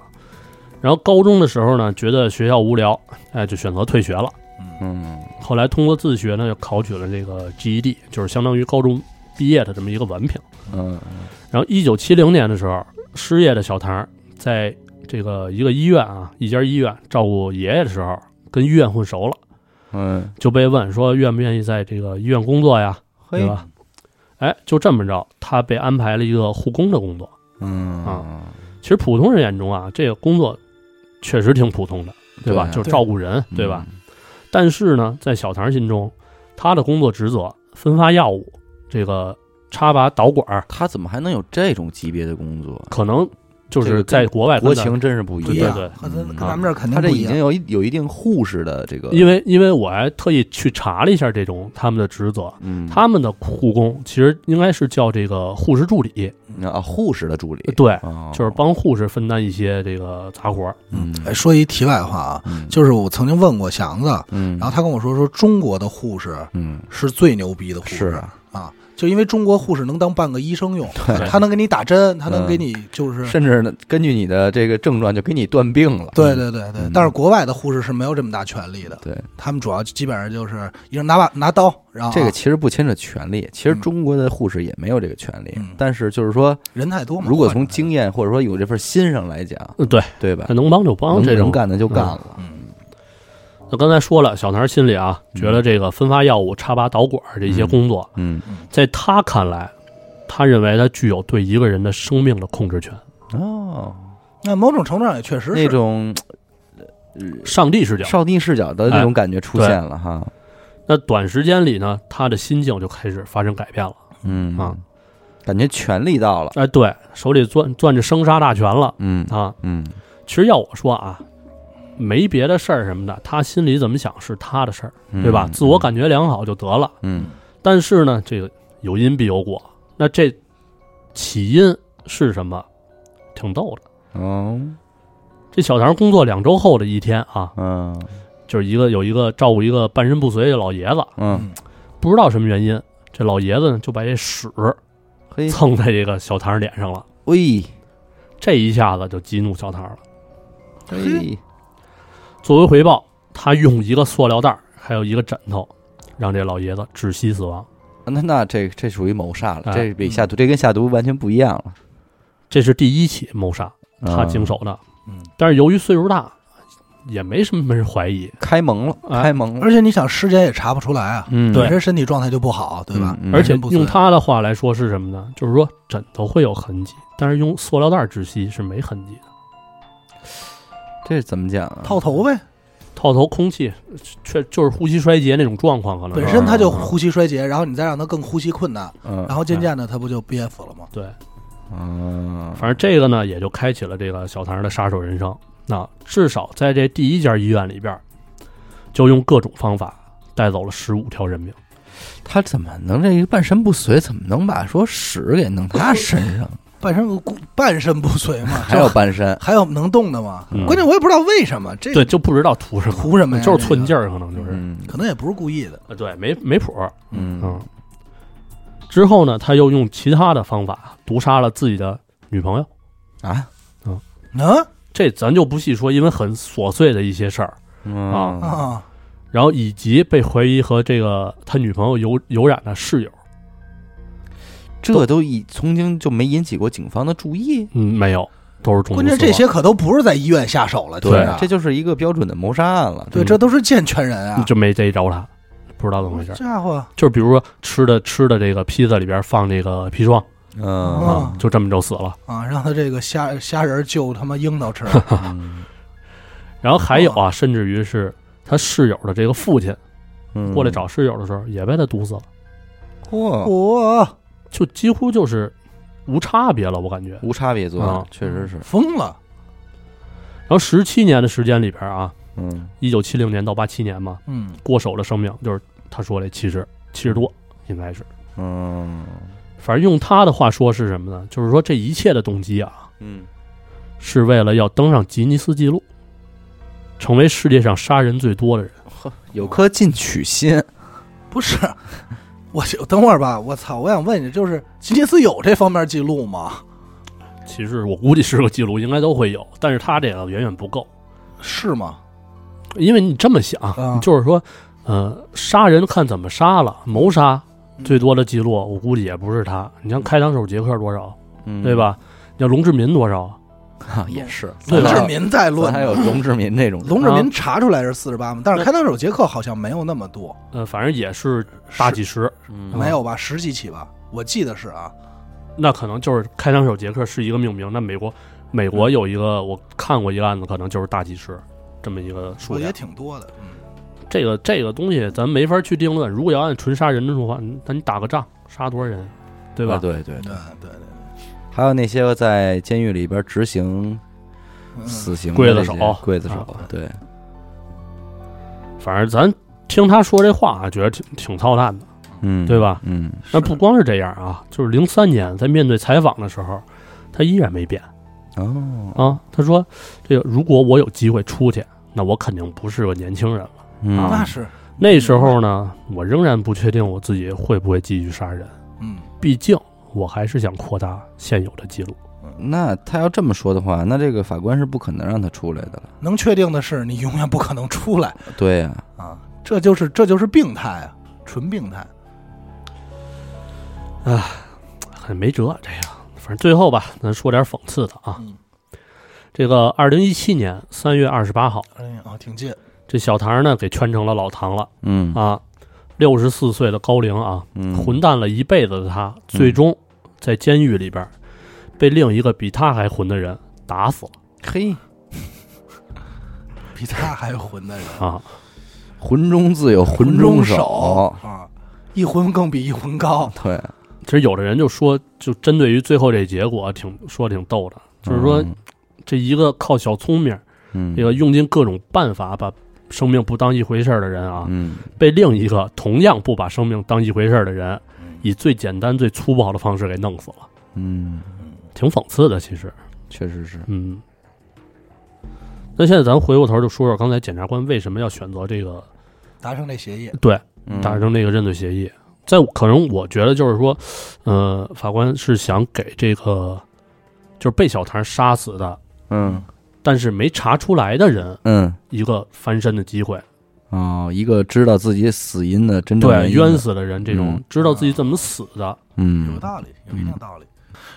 S3: 然后高中的时候呢，觉得学校无聊，哎，就选择退学了。
S1: 嗯
S3: 后来通过自学呢，又考取了这个 GED，就是相当于高中毕业的这么一个文凭。
S1: 嗯
S3: 然后一九七零年的时候，失业的小唐在这个一个医院啊，一家医院照顾爷爷的时候，跟医院混熟了，
S1: 嗯，
S3: 就被问说愿不愿意在这个医院工作呀，对吧？哎，就这么着，他被安排了一个护工的工作。
S1: 嗯
S3: 啊其实普通人眼中啊，这个工作确实挺普通的，对吧？
S1: 对啊
S3: 就是照顾人，对吧？？
S1: 嗯
S3: 但是呢，在小唐心中，他的工作职责分发药物，这个插拔导管儿，
S1: 他怎么还能有这种级别的工作？
S3: 可能就
S1: 这
S3: 是
S1: 个
S3: 在
S1: 跟
S3: 国外
S1: 国
S3: 跟咱
S1: 情真是不
S2: 不
S1: 一
S2: 一
S1: 样
S2: 样，
S3: 对对
S2: 和咱
S1: 嗯
S2: 跟咱们这儿肯定
S1: 他这
S2: 不一
S1: 已经
S2: 样，
S1: 有一有一定护士的这个，
S3: 因为因为我还特意去查了一下这种他们的职责，
S1: 嗯，
S3: 他们的护工其实应该是叫这个护士助理，
S1: 啊护士的助理，
S3: 呃对，
S1: 哦，
S3: 就是帮护士分担一些这个杂活儿。
S1: 嗯
S2: 哎，说一题外话啊，
S1: 嗯
S2: 就是我曾经问过祥子，
S1: 嗯，
S2: 然后他跟我说说中国的护士
S1: 嗯
S2: 是最牛逼的护
S1: 是
S2: 士
S1: 啊。
S2: 啊，就因为中国护士能当半个医生用，
S3: 对
S2: 他能给你打针，他能
S1: 嗯
S2: 给你就是
S1: 甚至呢，根据你的这个症状就给你断病了。
S2: 对对对对
S1: 嗯，
S2: 但是国外的护士是没有这么大权力的，
S1: 对，
S2: 他们主要基本上就是一人拿把拿刀，然后啊
S1: 这个其实不牵扯权利，其实
S2: 嗯
S1: 中国的护士也没有这个权利
S2: 嗯，
S1: 但是就是说，
S2: 人太多嘛。
S1: 如果
S2: 换着
S1: 从经验或者说有这份心上来讲，
S3: 嗯，对，
S1: 对吧
S3: 那？能帮就帮，
S1: 能
S3: 这
S1: 能
S3: 种。
S1: 干的就干了，
S2: 嗯
S3: 那刚才说了，小唐心里啊，觉得这个分发药物、插拔导管儿这些工作，
S1: 嗯
S3: 在他看来，他认为他具有对一个人的生命的控制权。
S1: 哦，
S2: 那某种程度上也确实
S1: 那
S2: 是，
S1: 种
S3: 上帝视角。
S1: 上帝视角的那种感觉出
S3: 哎
S1: 现了哈，
S3: 那短时间里呢，他的心境就开始发生改变了。
S1: 嗯
S3: 啊，
S1: 感觉权力到了，
S3: 哎，对手里攥攥着生杀大权了
S1: 嗯
S3: 啊！
S1: 嗯
S3: 其实要我说啊，没别的事儿什么的，他心里怎么想是他的事儿，对吧？
S1: 嗯
S3: 自我感觉良好就得了。
S1: 嗯
S3: 但是呢，这个有因必有果。那这起因是什么？挺逗的。
S1: 哦
S3: 这小唐工作两周后的一天啊，
S1: 嗯
S3: 就是一个有一个照顾一个半身不遂的老爷子，
S1: 嗯，
S3: 不知道什么原因，这老爷子呢就把这屎
S1: 嘿，
S3: 蹭在这个小唐脸上了。
S1: 喂
S3: 这一下子就激怒小唐了。
S1: 嘿，
S3: 作为回报，他用一个塑料袋儿还有一个枕头，让这老爷子窒息死亡。
S1: 那那这这属于谋杀了，
S3: 哎
S1: 这比下毒这跟下毒完全不一样了，
S3: 这是第一起谋杀，他
S1: 啊
S3: 经手的。
S2: 嗯，
S3: 但是由于岁数大，也没什么人怀疑。
S1: 开蒙了，
S3: 哎
S1: 开蒙了，
S2: 而且你想尸检也查不出来啊，
S1: 嗯
S2: 本身身体状态就不好，对吧？
S1: 嗯嗯
S3: 而且
S2: 不遂
S3: 用他的话来说是什么呢？就是说枕头会有痕迹，但是用塑料袋儿窒息是没痕迹的。
S1: 这怎么讲啊？
S2: 套头呗，
S3: 套头空气，确就是呼吸衰竭那种状况，可能是
S2: 本身他
S3: 嗯
S2: 就呼吸衰竭，然后你再让他更呼吸困难，
S1: 嗯，
S2: 然后渐渐的他不就憋死了吗？
S3: 对。
S1: 嗯，
S3: 反正这个呢，也就开启了这个小唐的杀手人生。那至少在这第一家医院里边儿，就用各种方法带走了十五条人命。
S1: 他怎么能这个半身不遂？怎么能把说屎给弄他身上？
S2: 半身骨半身不遂嘛，
S1: 还有半身，
S2: 还有能动的吗？
S3: 嗯
S2: 关键我也不知道为什么这
S3: 对，就不知道图什么，
S2: 图什么呀？
S3: 就是寸劲
S2: 儿，
S3: 儿，可能就是，
S1: 嗯
S2: 可能也不是故意的。
S3: 呃对，没没谱儿。
S1: 嗯
S3: 嗯，之后呢，他又用其他的方法毒杀了自己的女朋友。
S1: 啊
S3: 嗯
S2: 啊
S3: 这咱就不细说，因为很琐碎的一些事儿。
S1: 啊
S3: 嗯
S2: 啊
S3: 然后以及被怀疑和这个他女朋友有有染的室友，
S1: 这都已曾经就没引起过警方的注意，
S3: 嗯，没有，都是中毒
S2: 关键
S3: 死亡
S2: 这些可都不是在医院下手了，
S3: 对
S2: 听着
S1: 这就是一个标准的谋杀案了。
S2: 对，
S3: 嗯
S2: 这都是健全人啊，
S3: 就没逮着他，不知道怎么回事
S2: 这。家伙
S3: 就是比如说吃的吃的这个披萨里边放这个砒霜
S1: 嗯
S3: 啊，就这么就死了。
S2: 啊，让他这个虾虾仁儿就他妈樱桃吃，
S1: 嗯
S3: 然后还有啊，甚至于是他室友的这个父亲
S1: 嗯
S3: 过来找室友的时候，也被他毒死了，
S1: 嚯，
S2: 我
S3: 就几乎就是无差别了，我感觉。
S1: 无差别作案
S3: 啊，
S1: 确实是。
S2: 疯了，
S3: 然后十七年的时间里边啊，
S1: 嗯
S3: 一九七零年到八七年嘛，
S2: 嗯，
S3: 过手的生命就是他说的七十七十多，应该是。
S1: 嗯
S3: 反正用他的话说是什么呢？就是说这一切的动机啊，
S1: 嗯
S3: 是为了要登上吉尼斯纪录，成为世界上杀人最多的人。
S1: 有颗进取心，
S2: 不是。 我就等会儿吧，我操！我想问你，就是吉尼斯有这方面记录吗？
S3: 其实我估计是个记录，应该都会有，但是他这个远远不够，
S2: 是吗？
S3: 因为你这么想，
S2: 啊
S3: 就是说，呃，杀人看怎么杀了，谋杀
S1: 嗯
S3: 最多的记录，我估计也不是他。你像开膛手杰克多少，
S1: 嗯
S3: 对？吧？你像龙志民多少？
S1: 啊，也是。
S3: 对
S2: 龙
S3: 吧
S2: 嗯志民在
S1: 咱
S2: 论
S1: 还有龙志民这种人，
S2: 龙志民查出来是四十八嘛，但是开膛手杰克好像没有那么多，
S3: 呃，反正也是大
S2: 是
S3: 几十，
S1: 嗯
S2: 没有吧？十几起吧，我记得是啊。
S3: 那可能就是开膛手杰克是一个命名。那美国，美国有一个我看过一个案子，可能就是大几十这么一个数
S2: 我觉
S3: 量
S2: 得。挺多的。嗯
S3: 这个这个东西咱没法去定论。如果要按纯杀人的话，你那你打个仗杀多少人，对吧？
S1: 啊对对，
S2: 对对对
S1: 还有那些个在监狱里边执行
S2: 嗯，
S1: 死刑的
S3: 刽子
S1: 这些
S3: 手
S1: 刽子手
S3: 啊，
S1: 对，
S3: 反正咱听他说这话，觉得挺挺操蛋的。
S1: 嗯，
S3: 对吧？
S1: 嗯
S3: 那不光是这样啊，就是零三年在面对采访的时候，他依然没变
S1: 哦，
S3: 啊。他说：“这个如果我有机会出去，那我肯定不是个年轻人了。
S1: 嗯
S3: 啊
S2: 那是
S3: 那时候呢，我仍然不确定我自己会不会继续杀人，
S2: 嗯，
S3: 毕竟我还是想扩大现有的记录。
S1: 那他要这么说的话，那这个法官是不可能让他出来的了。
S2: 能确定的是，你永远不可能出来
S1: 对呀、
S2: 啊！这就是这就是病态啊，纯病态。
S3: 很没辙，这个反正最后吧，咱说点讽刺的啊。
S2: 嗯
S3: 这个二零一七年三月二十八号，
S2: 哎呀，啊挺近，
S3: 这小唐呢给圈成了老唐了
S1: 嗯
S3: 啊，六十四岁的高龄啊，
S1: 嗯，
S3: 混蛋了一辈子的他，最终在监狱里边儿被另一个比他还混的人打死了
S1: 嘿，
S2: 比他还混的人，
S3: 啊！
S1: 魂中自有魂
S2: 中
S1: 手，
S2: 啊，一魂更比一魂高。
S1: 对，
S3: 其实有的人就说，就针对于最后这结果挺，说挺逗的，就是说
S1: 嗯
S3: 这一个靠小聪明，
S1: 嗯，
S3: 这个用尽各种办法把生命不当一回事儿的人啊，
S1: 嗯
S3: 被另一个同样不把生命当一回事儿的人，以最简单、最粗暴的方式给弄死了，
S1: 嗯，
S3: 挺讽刺的。其实，
S1: 确实是，
S3: 嗯。那现在咱回过头就说说刚才检察官为什么要选择这个
S2: 达成这协议，
S3: 对
S1: 嗯
S3: 达成这个认罪协议？在我可能我觉得就是说，呃，法官是想给这个就是被小唐杀死的，
S1: 嗯
S3: 但是没查出来的人
S1: 嗯
S3: 一个翻身的机会。
S1: 哦，一个知道自己死因的真正
S2: 嗯
S3: 对
S1: 原因的
S3: 冤，死的人，这种
S1: 嗯
S3: 知道自己怎么死的，
S1: 嗯
S2: 有道理，有一定道理。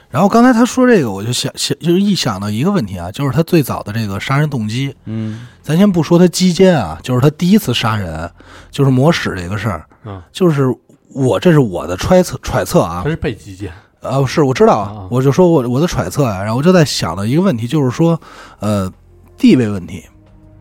S2: 然后刚才他说这个，我就想想，就是一想到一个问题啊，就是他最早的这个杀人动机，
S1: 嗯
S2: 咱先不说他击奸啊，就是他第一次杀人，就是抹屎这个事儿，
S3: 嗯
S2: 就是我这是我的揣测揣测啊
S3: 他，是被击剑。
S2: 呃，是我知道
S3: 啊
S2: 啊，我就说我我的揣测啊，然后我就在想到一个问题，就是说，呃，地位问题，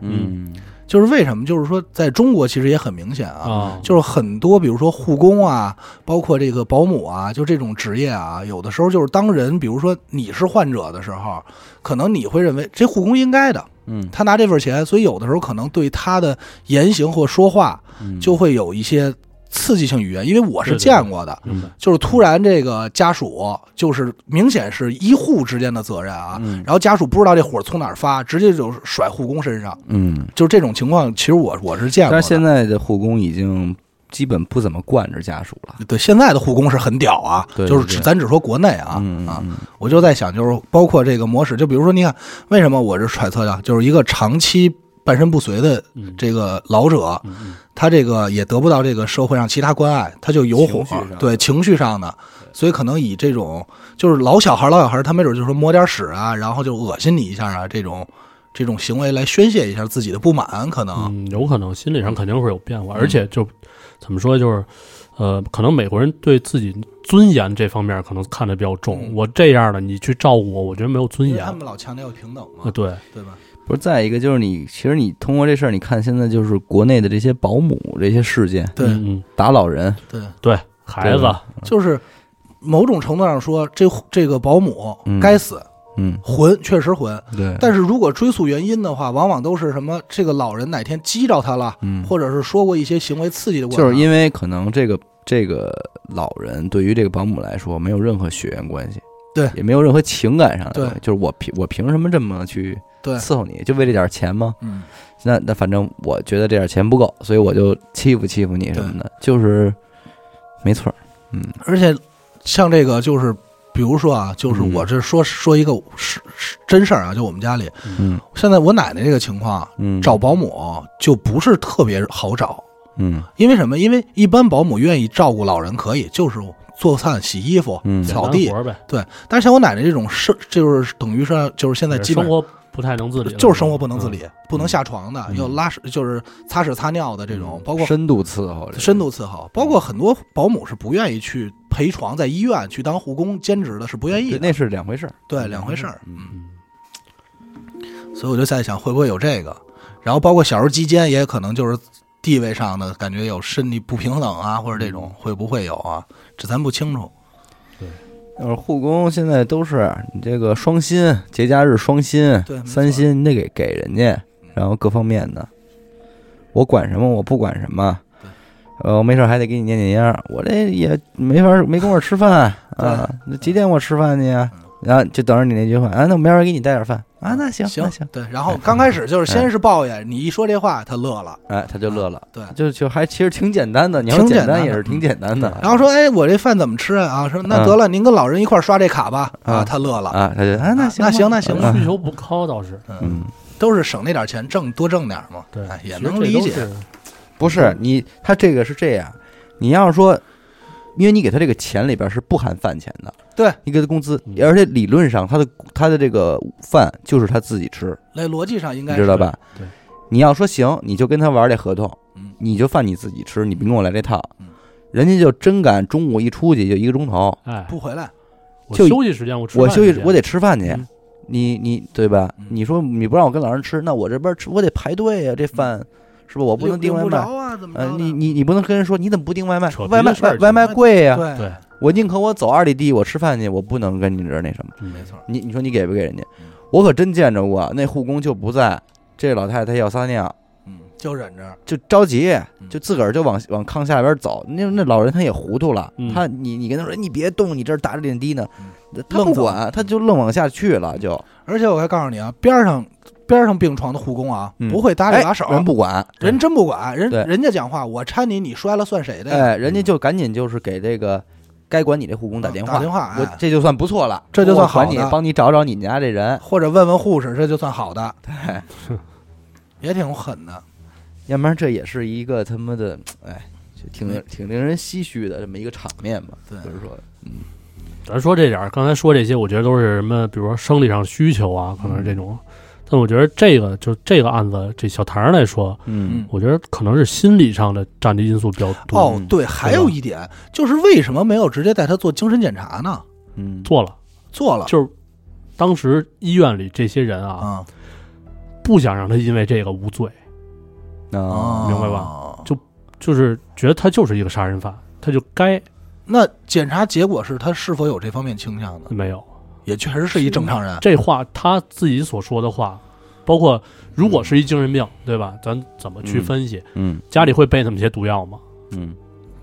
S1: 嗯
S2: 就是为什么，就是说在中国其实也很明显啊，
S3: 啊
S2: 就是很多比如说护工啊，包括这个保姆啊，就这种职业啊，有的时候就是当人，比如说你是患者的时候，可能你会认为这护工应该的，
S1: 嗯
S2: 他拿这份钱，所以有的时候可能对他的言行或说话
S1: 嗯，
S2: 就会有一些刺激性语言，因为我是
S3: 对对
S2: 见过的，
S3: 明白
S2: 就是突然这个家属就是明显是医护之间的责任啊，
S1: 嗯
S2: 然后家属不知道这火从哪儿发，直接就甩护工身上，
S1: 嗯，
S2: 就是这种情况，其实我我是见过
S1: 但
S2: 的。
S1: 是现在的护工已经基本不怎么惯着家属了。
S2: 对，现在的护工是很屌啊，
S1: 对
S2: 就是
S1: 对
S2: 只咱只说国内啊、
S1: 嗯
S2: 啊，
S1: 嗯
S2: 我就在想，就是包括这个模式，就比如说，你看为什么我是揣测的，啊就是一个长期半身不遂的
S3: 嗯
S2: 这个老者，
S3: 嗯嗯
S2: 他这个也得不到这个社会上其他关爱，他就有火
S1: 情绪上的，
S2: 对情绪上的，所以可能以这种就是老小孩儿老小孩儿，他没准就是说抹点屎啊，然后就恶心你一下啊，这种这种行为来宣泄一下自己的不满，可能
S3: 嗯，有可能心理上肯定会有变
S2: 嗯
S3: 化，而且就怎么说，就是呃，可能美国人对自己尊严这方面可能看得比较重。
S2: 嗯
S3: 我这样的，你去照顾我，我觉得没有尊
S1: 嗯
S2: 因为
S3: 严
S2: 他
S3: 啊。
S2: 们老强调平等嘛，
S3: 对，
S2: 对吧？
S1: 不是，再一个就是你，其实你通过这事儿，你看现在就是国内的这些保姆这些事件，
S2: 对
S3: 嗯，嗯
S1: 打老人，
S2: 对，
S3: 对，孩子
S1: 对，
S2: 就是某种程度上说，这这个保姆
S1: 嗯
S2: 该死，
S1: 嗯，
S2: 混确实混，
S1: 对，
S2: 但是如果追溯原因的话，往往都是什么这个老人哪天激着他了，
S1: 嗯，
S2: 或者是说过一些行为刺激的过程，
S1: 就是因为可能这个这个老人对于这个保姆来说没有任何血缘关系，
S2: 对
S1: 也没有任何情感上的东西，
S2: 对
S1: 就是我凭我凭什么这么去
S2: 对
S1: 伺候你，就为这点钱吗？
S2: 嗯，
S1: 那那反正我觉得这点钱不够，所以我就欺负欺负你什么的，就是没错儿，嗯
S2: 而且像这个就是。比如说啊，就是
S1: 嗯
S2: 我这说、说一个是是真事儿啊，就我们家里
S1: 嗯
S2: 现在我奶奶这个情况，
S1: 嗯，
S2: 找保姆就不是特别好找，
S1: 嗯
S2: 因为什么？因为一般保姆愿意照顾老人可以，就是做饭、洗衣服、
S1: 嗯
S2: 扫地
S3: 简单活儿呗，
S2: 对，但是像我奶奶这种生，就是等于说就是现在基本
S3: 生活不太能自理了，嗯
S2: 就是生活不能自理，不能下床的，
S1: 嗯
S2: 要拉屎就是擦屎擦尿的这种，包括
S1: 深度伺候这个，
S2: 深度伺候，包括很多保姆是不愿意去陪床，在医院去当护工兼职的，是不愿意
S1: 对
S2: 的，
S1: 那是两回事儿，
S2: 对两回事儿。
S1: 嗯，
S3: 嗯。
S2: 所以我就在想，会不会有这个？然后包括小时候期间，也可能就是地位上的感觉有身体不平等啊，或者这种
S1: 嗯
S2: 会不会有啊？这咱不清楚。
S1: 要是呃护工现在都是你这个双薪，节假日双薪
S2: 对没，错嗯
S1: 三薪你得给给人家，然后各方面的，我管什么我不管什么，呃，我没事儿还得给你念念秧儿，我这也没法儿没工夫吃饭 啊，那几点我吃饭去
S2: 嗯
S1: 呀？然后就等着你那句话啊，那我明儿给你带点儿饭啊，那行那行，
S2: 对。然后刚开始就是先是抱怨，你一说这话，他乐了。
S1: 哎，他就乐了，
S2: 对
S1: 就就还其实挺简单的，你要
S2: 挺
S1: 简
S2: 简单
S1: 单也
S2: 的嗯
S1: 是挺简单的，
S2: 然后说：“哎，我这饭怎么吃啊？”啊，说：“那得了，您跟老人一块儿刷这卡吧。”啊，
S1: 啊
S2: 他乐了，
S1: 嗯啊，他就啊那行
S2: 那行
S1: 吧
S2: 那行
S1: 啊
S3: 需求不高倒是，
S1: 嗯。
S2: 都是省那点钱，挣多挣点嘛，
S3: 对
S2: 哎，也
S3: 其实
S2: 能
S3: 这
S2: 理
S3: 都
S2: 解。
S3: 是。
S1: 不
S2: 嗯
S1: 是你，他这个是这样，你要是说，因为你给他这个钱里边是不含饭钱的，
S2: 对，
S1: 你给他工资
S3: 嗯，
S1: 而且理论上他的他的这个饭就是他自己吃，
S2: 那逻辑上应
S1: 你
S2: 该
S1: 知道吧？
S3: 对，
S1: 你要说行，你就跟他玩这合同
S2: 嗯，
S1: 你就饭你自己吃，你别跟我来这套
S2: 嗯。
S1: 人家就真敢中午一出去就一个钟头，
S3: 哎，
S2: 不回来？
S3: 我
S1: 就
S3: 休息时间我吃
S1: 我
S3: 饭
S1: 休息
S3: 时，间
S1: 我得吃饭去
S3: 嗯。
S1: 你你对吧
S2: 嗯？
S1: 你说你不让我跟老人吃，那我这边吃我得排队呀，这饭是吧？我
S2: 我
S1: 不能订外
S2: 嗯不
S1: 卖
S2: 着。啊，怎么着
S1: 呃，
S2: 的？
S1: 你你你不能跟人说你怎么不订外卖
S3: 扯？别
S1: 外卖
S3: 的事儿
S1: 外外卖贵呀、
S2: 对
S3: 对，
S1: 我宁可我走二里地，我吃饭去，我不能跟你这儿那什么。
S3: 没
S2: 嗯没。错，
S1: 你你说你给不给人家
S2: 嗯？
S1: 我可真见着过，那护工就不在，这老太太要撒尿，
S2: 嗯，就忍着。
S1: 就着急，
S2: 嗯
S1: 就自个儿就往往炕下边走。那那老人他也糊涂了，
S3: 嗯
S1: 他你你跟他说哎你别动，你这儿打着点滴呢，
S2: 嗯
S1: 他
S2: 愣
S1: 不
S2: 走
S1: 管，他就愣往下去了，就
S2: 而且我还告诉你啊，边上边上病床的护工啊，
S1: 嗯
S2: 不会搭理把手，
S1: 哎人不管，
S2: 人真不管，人
S1: 对
S2: 人家讲话，我搀你，你摔了算谁的呀？
S1: 哎，人家就赶紧就是给这个该管你这护工打电话，
S2: 打电话，
S1: 我
S2: 哎
S1: 这就算不错了，
S2: 这就算
S1: 我管
S2: 好
S1: 你
S2: 的
S1: 帮你找找你家这人。
S2: 或者问问护士，这就算好的。对，也挺狠的。
S1: 要不然这也是一个他妈的，哎，就挺挺令人唏嘘的这么一个场面吧。
S2: 对
S1: 就是说，
S3: 咱说这点儿，刚才说这些，我觉得都是什么，比如说生理上需求啊，可能是这种。但我觉得这个就这个案子，这小唐来说，
S1: 嗯
S2: 嗯
S3: 我觉得可能是心理上的占的因素比较多。
S2: 哦，
S1: 嗯
S2: 对，还有
S3: 吧
S2: 一点就是为什么没有直接带他做精神检查呢？
S1: 嗯，
S3: 做了，
S2: 做了，
S3: 就是当时医院里这些人啊，
S2: 啊，
S3: 不想让他因为这个无罪，
S2: 哦
S1: 啊，
S3: 明白
S2: 吧
S3: 就是觉得他就是一个杀人犯，他就该
S2: 那检查结果是他是否有这方面倾向呢？
S3: 没有。
S2: 也确实是一正常人。
S3: 这话他自己所说的话，包括如果是一精神病，对吧？咱怎么去
S1: 嗯
S3: 分析？
S1: 嗯
S3: 家里会备那么些毒药吗？
S1: 嗯，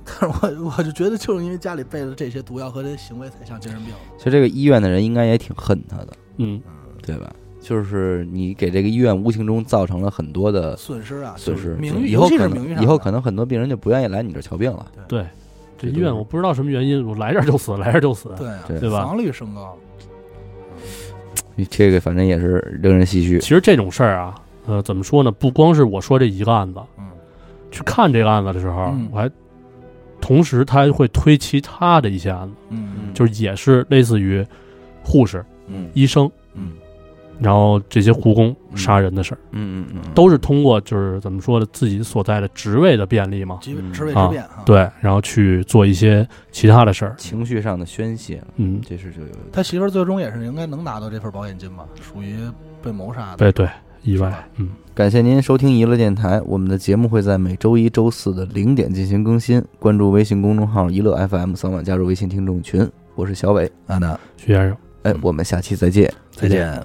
S2: 但是 我我就觉得，就是因为家里备了这些毒药和这些行为，才像精神病。
S1: 其实这个医院的人应该也挺恨他的，
S3: 嗯，
S1: 对吧？就是你给这个医院无形中造成了很多的
S2: 损失啊，
S1: 损
S2: 就是
S1: 失，
S2: 名誉，
S1: 以后
S2: 尤其
S1: 可
S2: 是名誉上
S1: 能
S2: 的
S1: 以后可能很多病人就不愿意来你这儿瞧病了。
S3: 对，这
S1: 这
S3: 医院
S1: 都
S3: 我不知道什么原因，我来这儿就死，来这儿就死，
S2: 对啊
S1: 对
S3: 对吧
S2: 防率升高，
S1: 这个反正也是令人唏嘘
S3: 其。实这种事儿啊，呃，怎么说呢？不光是我说这一个案子，
S2: 嗯，
S3: 去看这个案子的时候，
S2: 嗯
S3: 我还同时他还会推其他的一些案子，
S2: 嗯，
S3: 就是也是类似于护士、
S1: 嗯
S3: 医生，
S1: 嗯，
S3: 然后这些护工
S1: 嗯
S3: 杀人的事儿，
S1: 嗯嗯嗯，
S3: 都是通过就是怎么说呢，自己所在的职位的便利嘛，
S2: 即
S1: 嗯
S2: 职位
S3: 啊
S2: 之变啊，，
S3: 对，然后去做一些其他的事儿，
S1: 情绪上的宣泄，
S3: 嗯，
S1: 这是就有
S2: 他媳妇儿最终也是应该能拿到这份保险金吧，属于被谋杀的，
S3: 哎对对，意外，嗯，
S1: 感谢您收听娱乐电台，我们的节目会在每周一周四的零点进行更新。关注微信公众号“娱乐 FM”，扫码加入微信听众群。我是小伟，
S2: 安娜，
S3: 徐先生。
S1: 嗯哎，我们下期再见。
S2: 再见。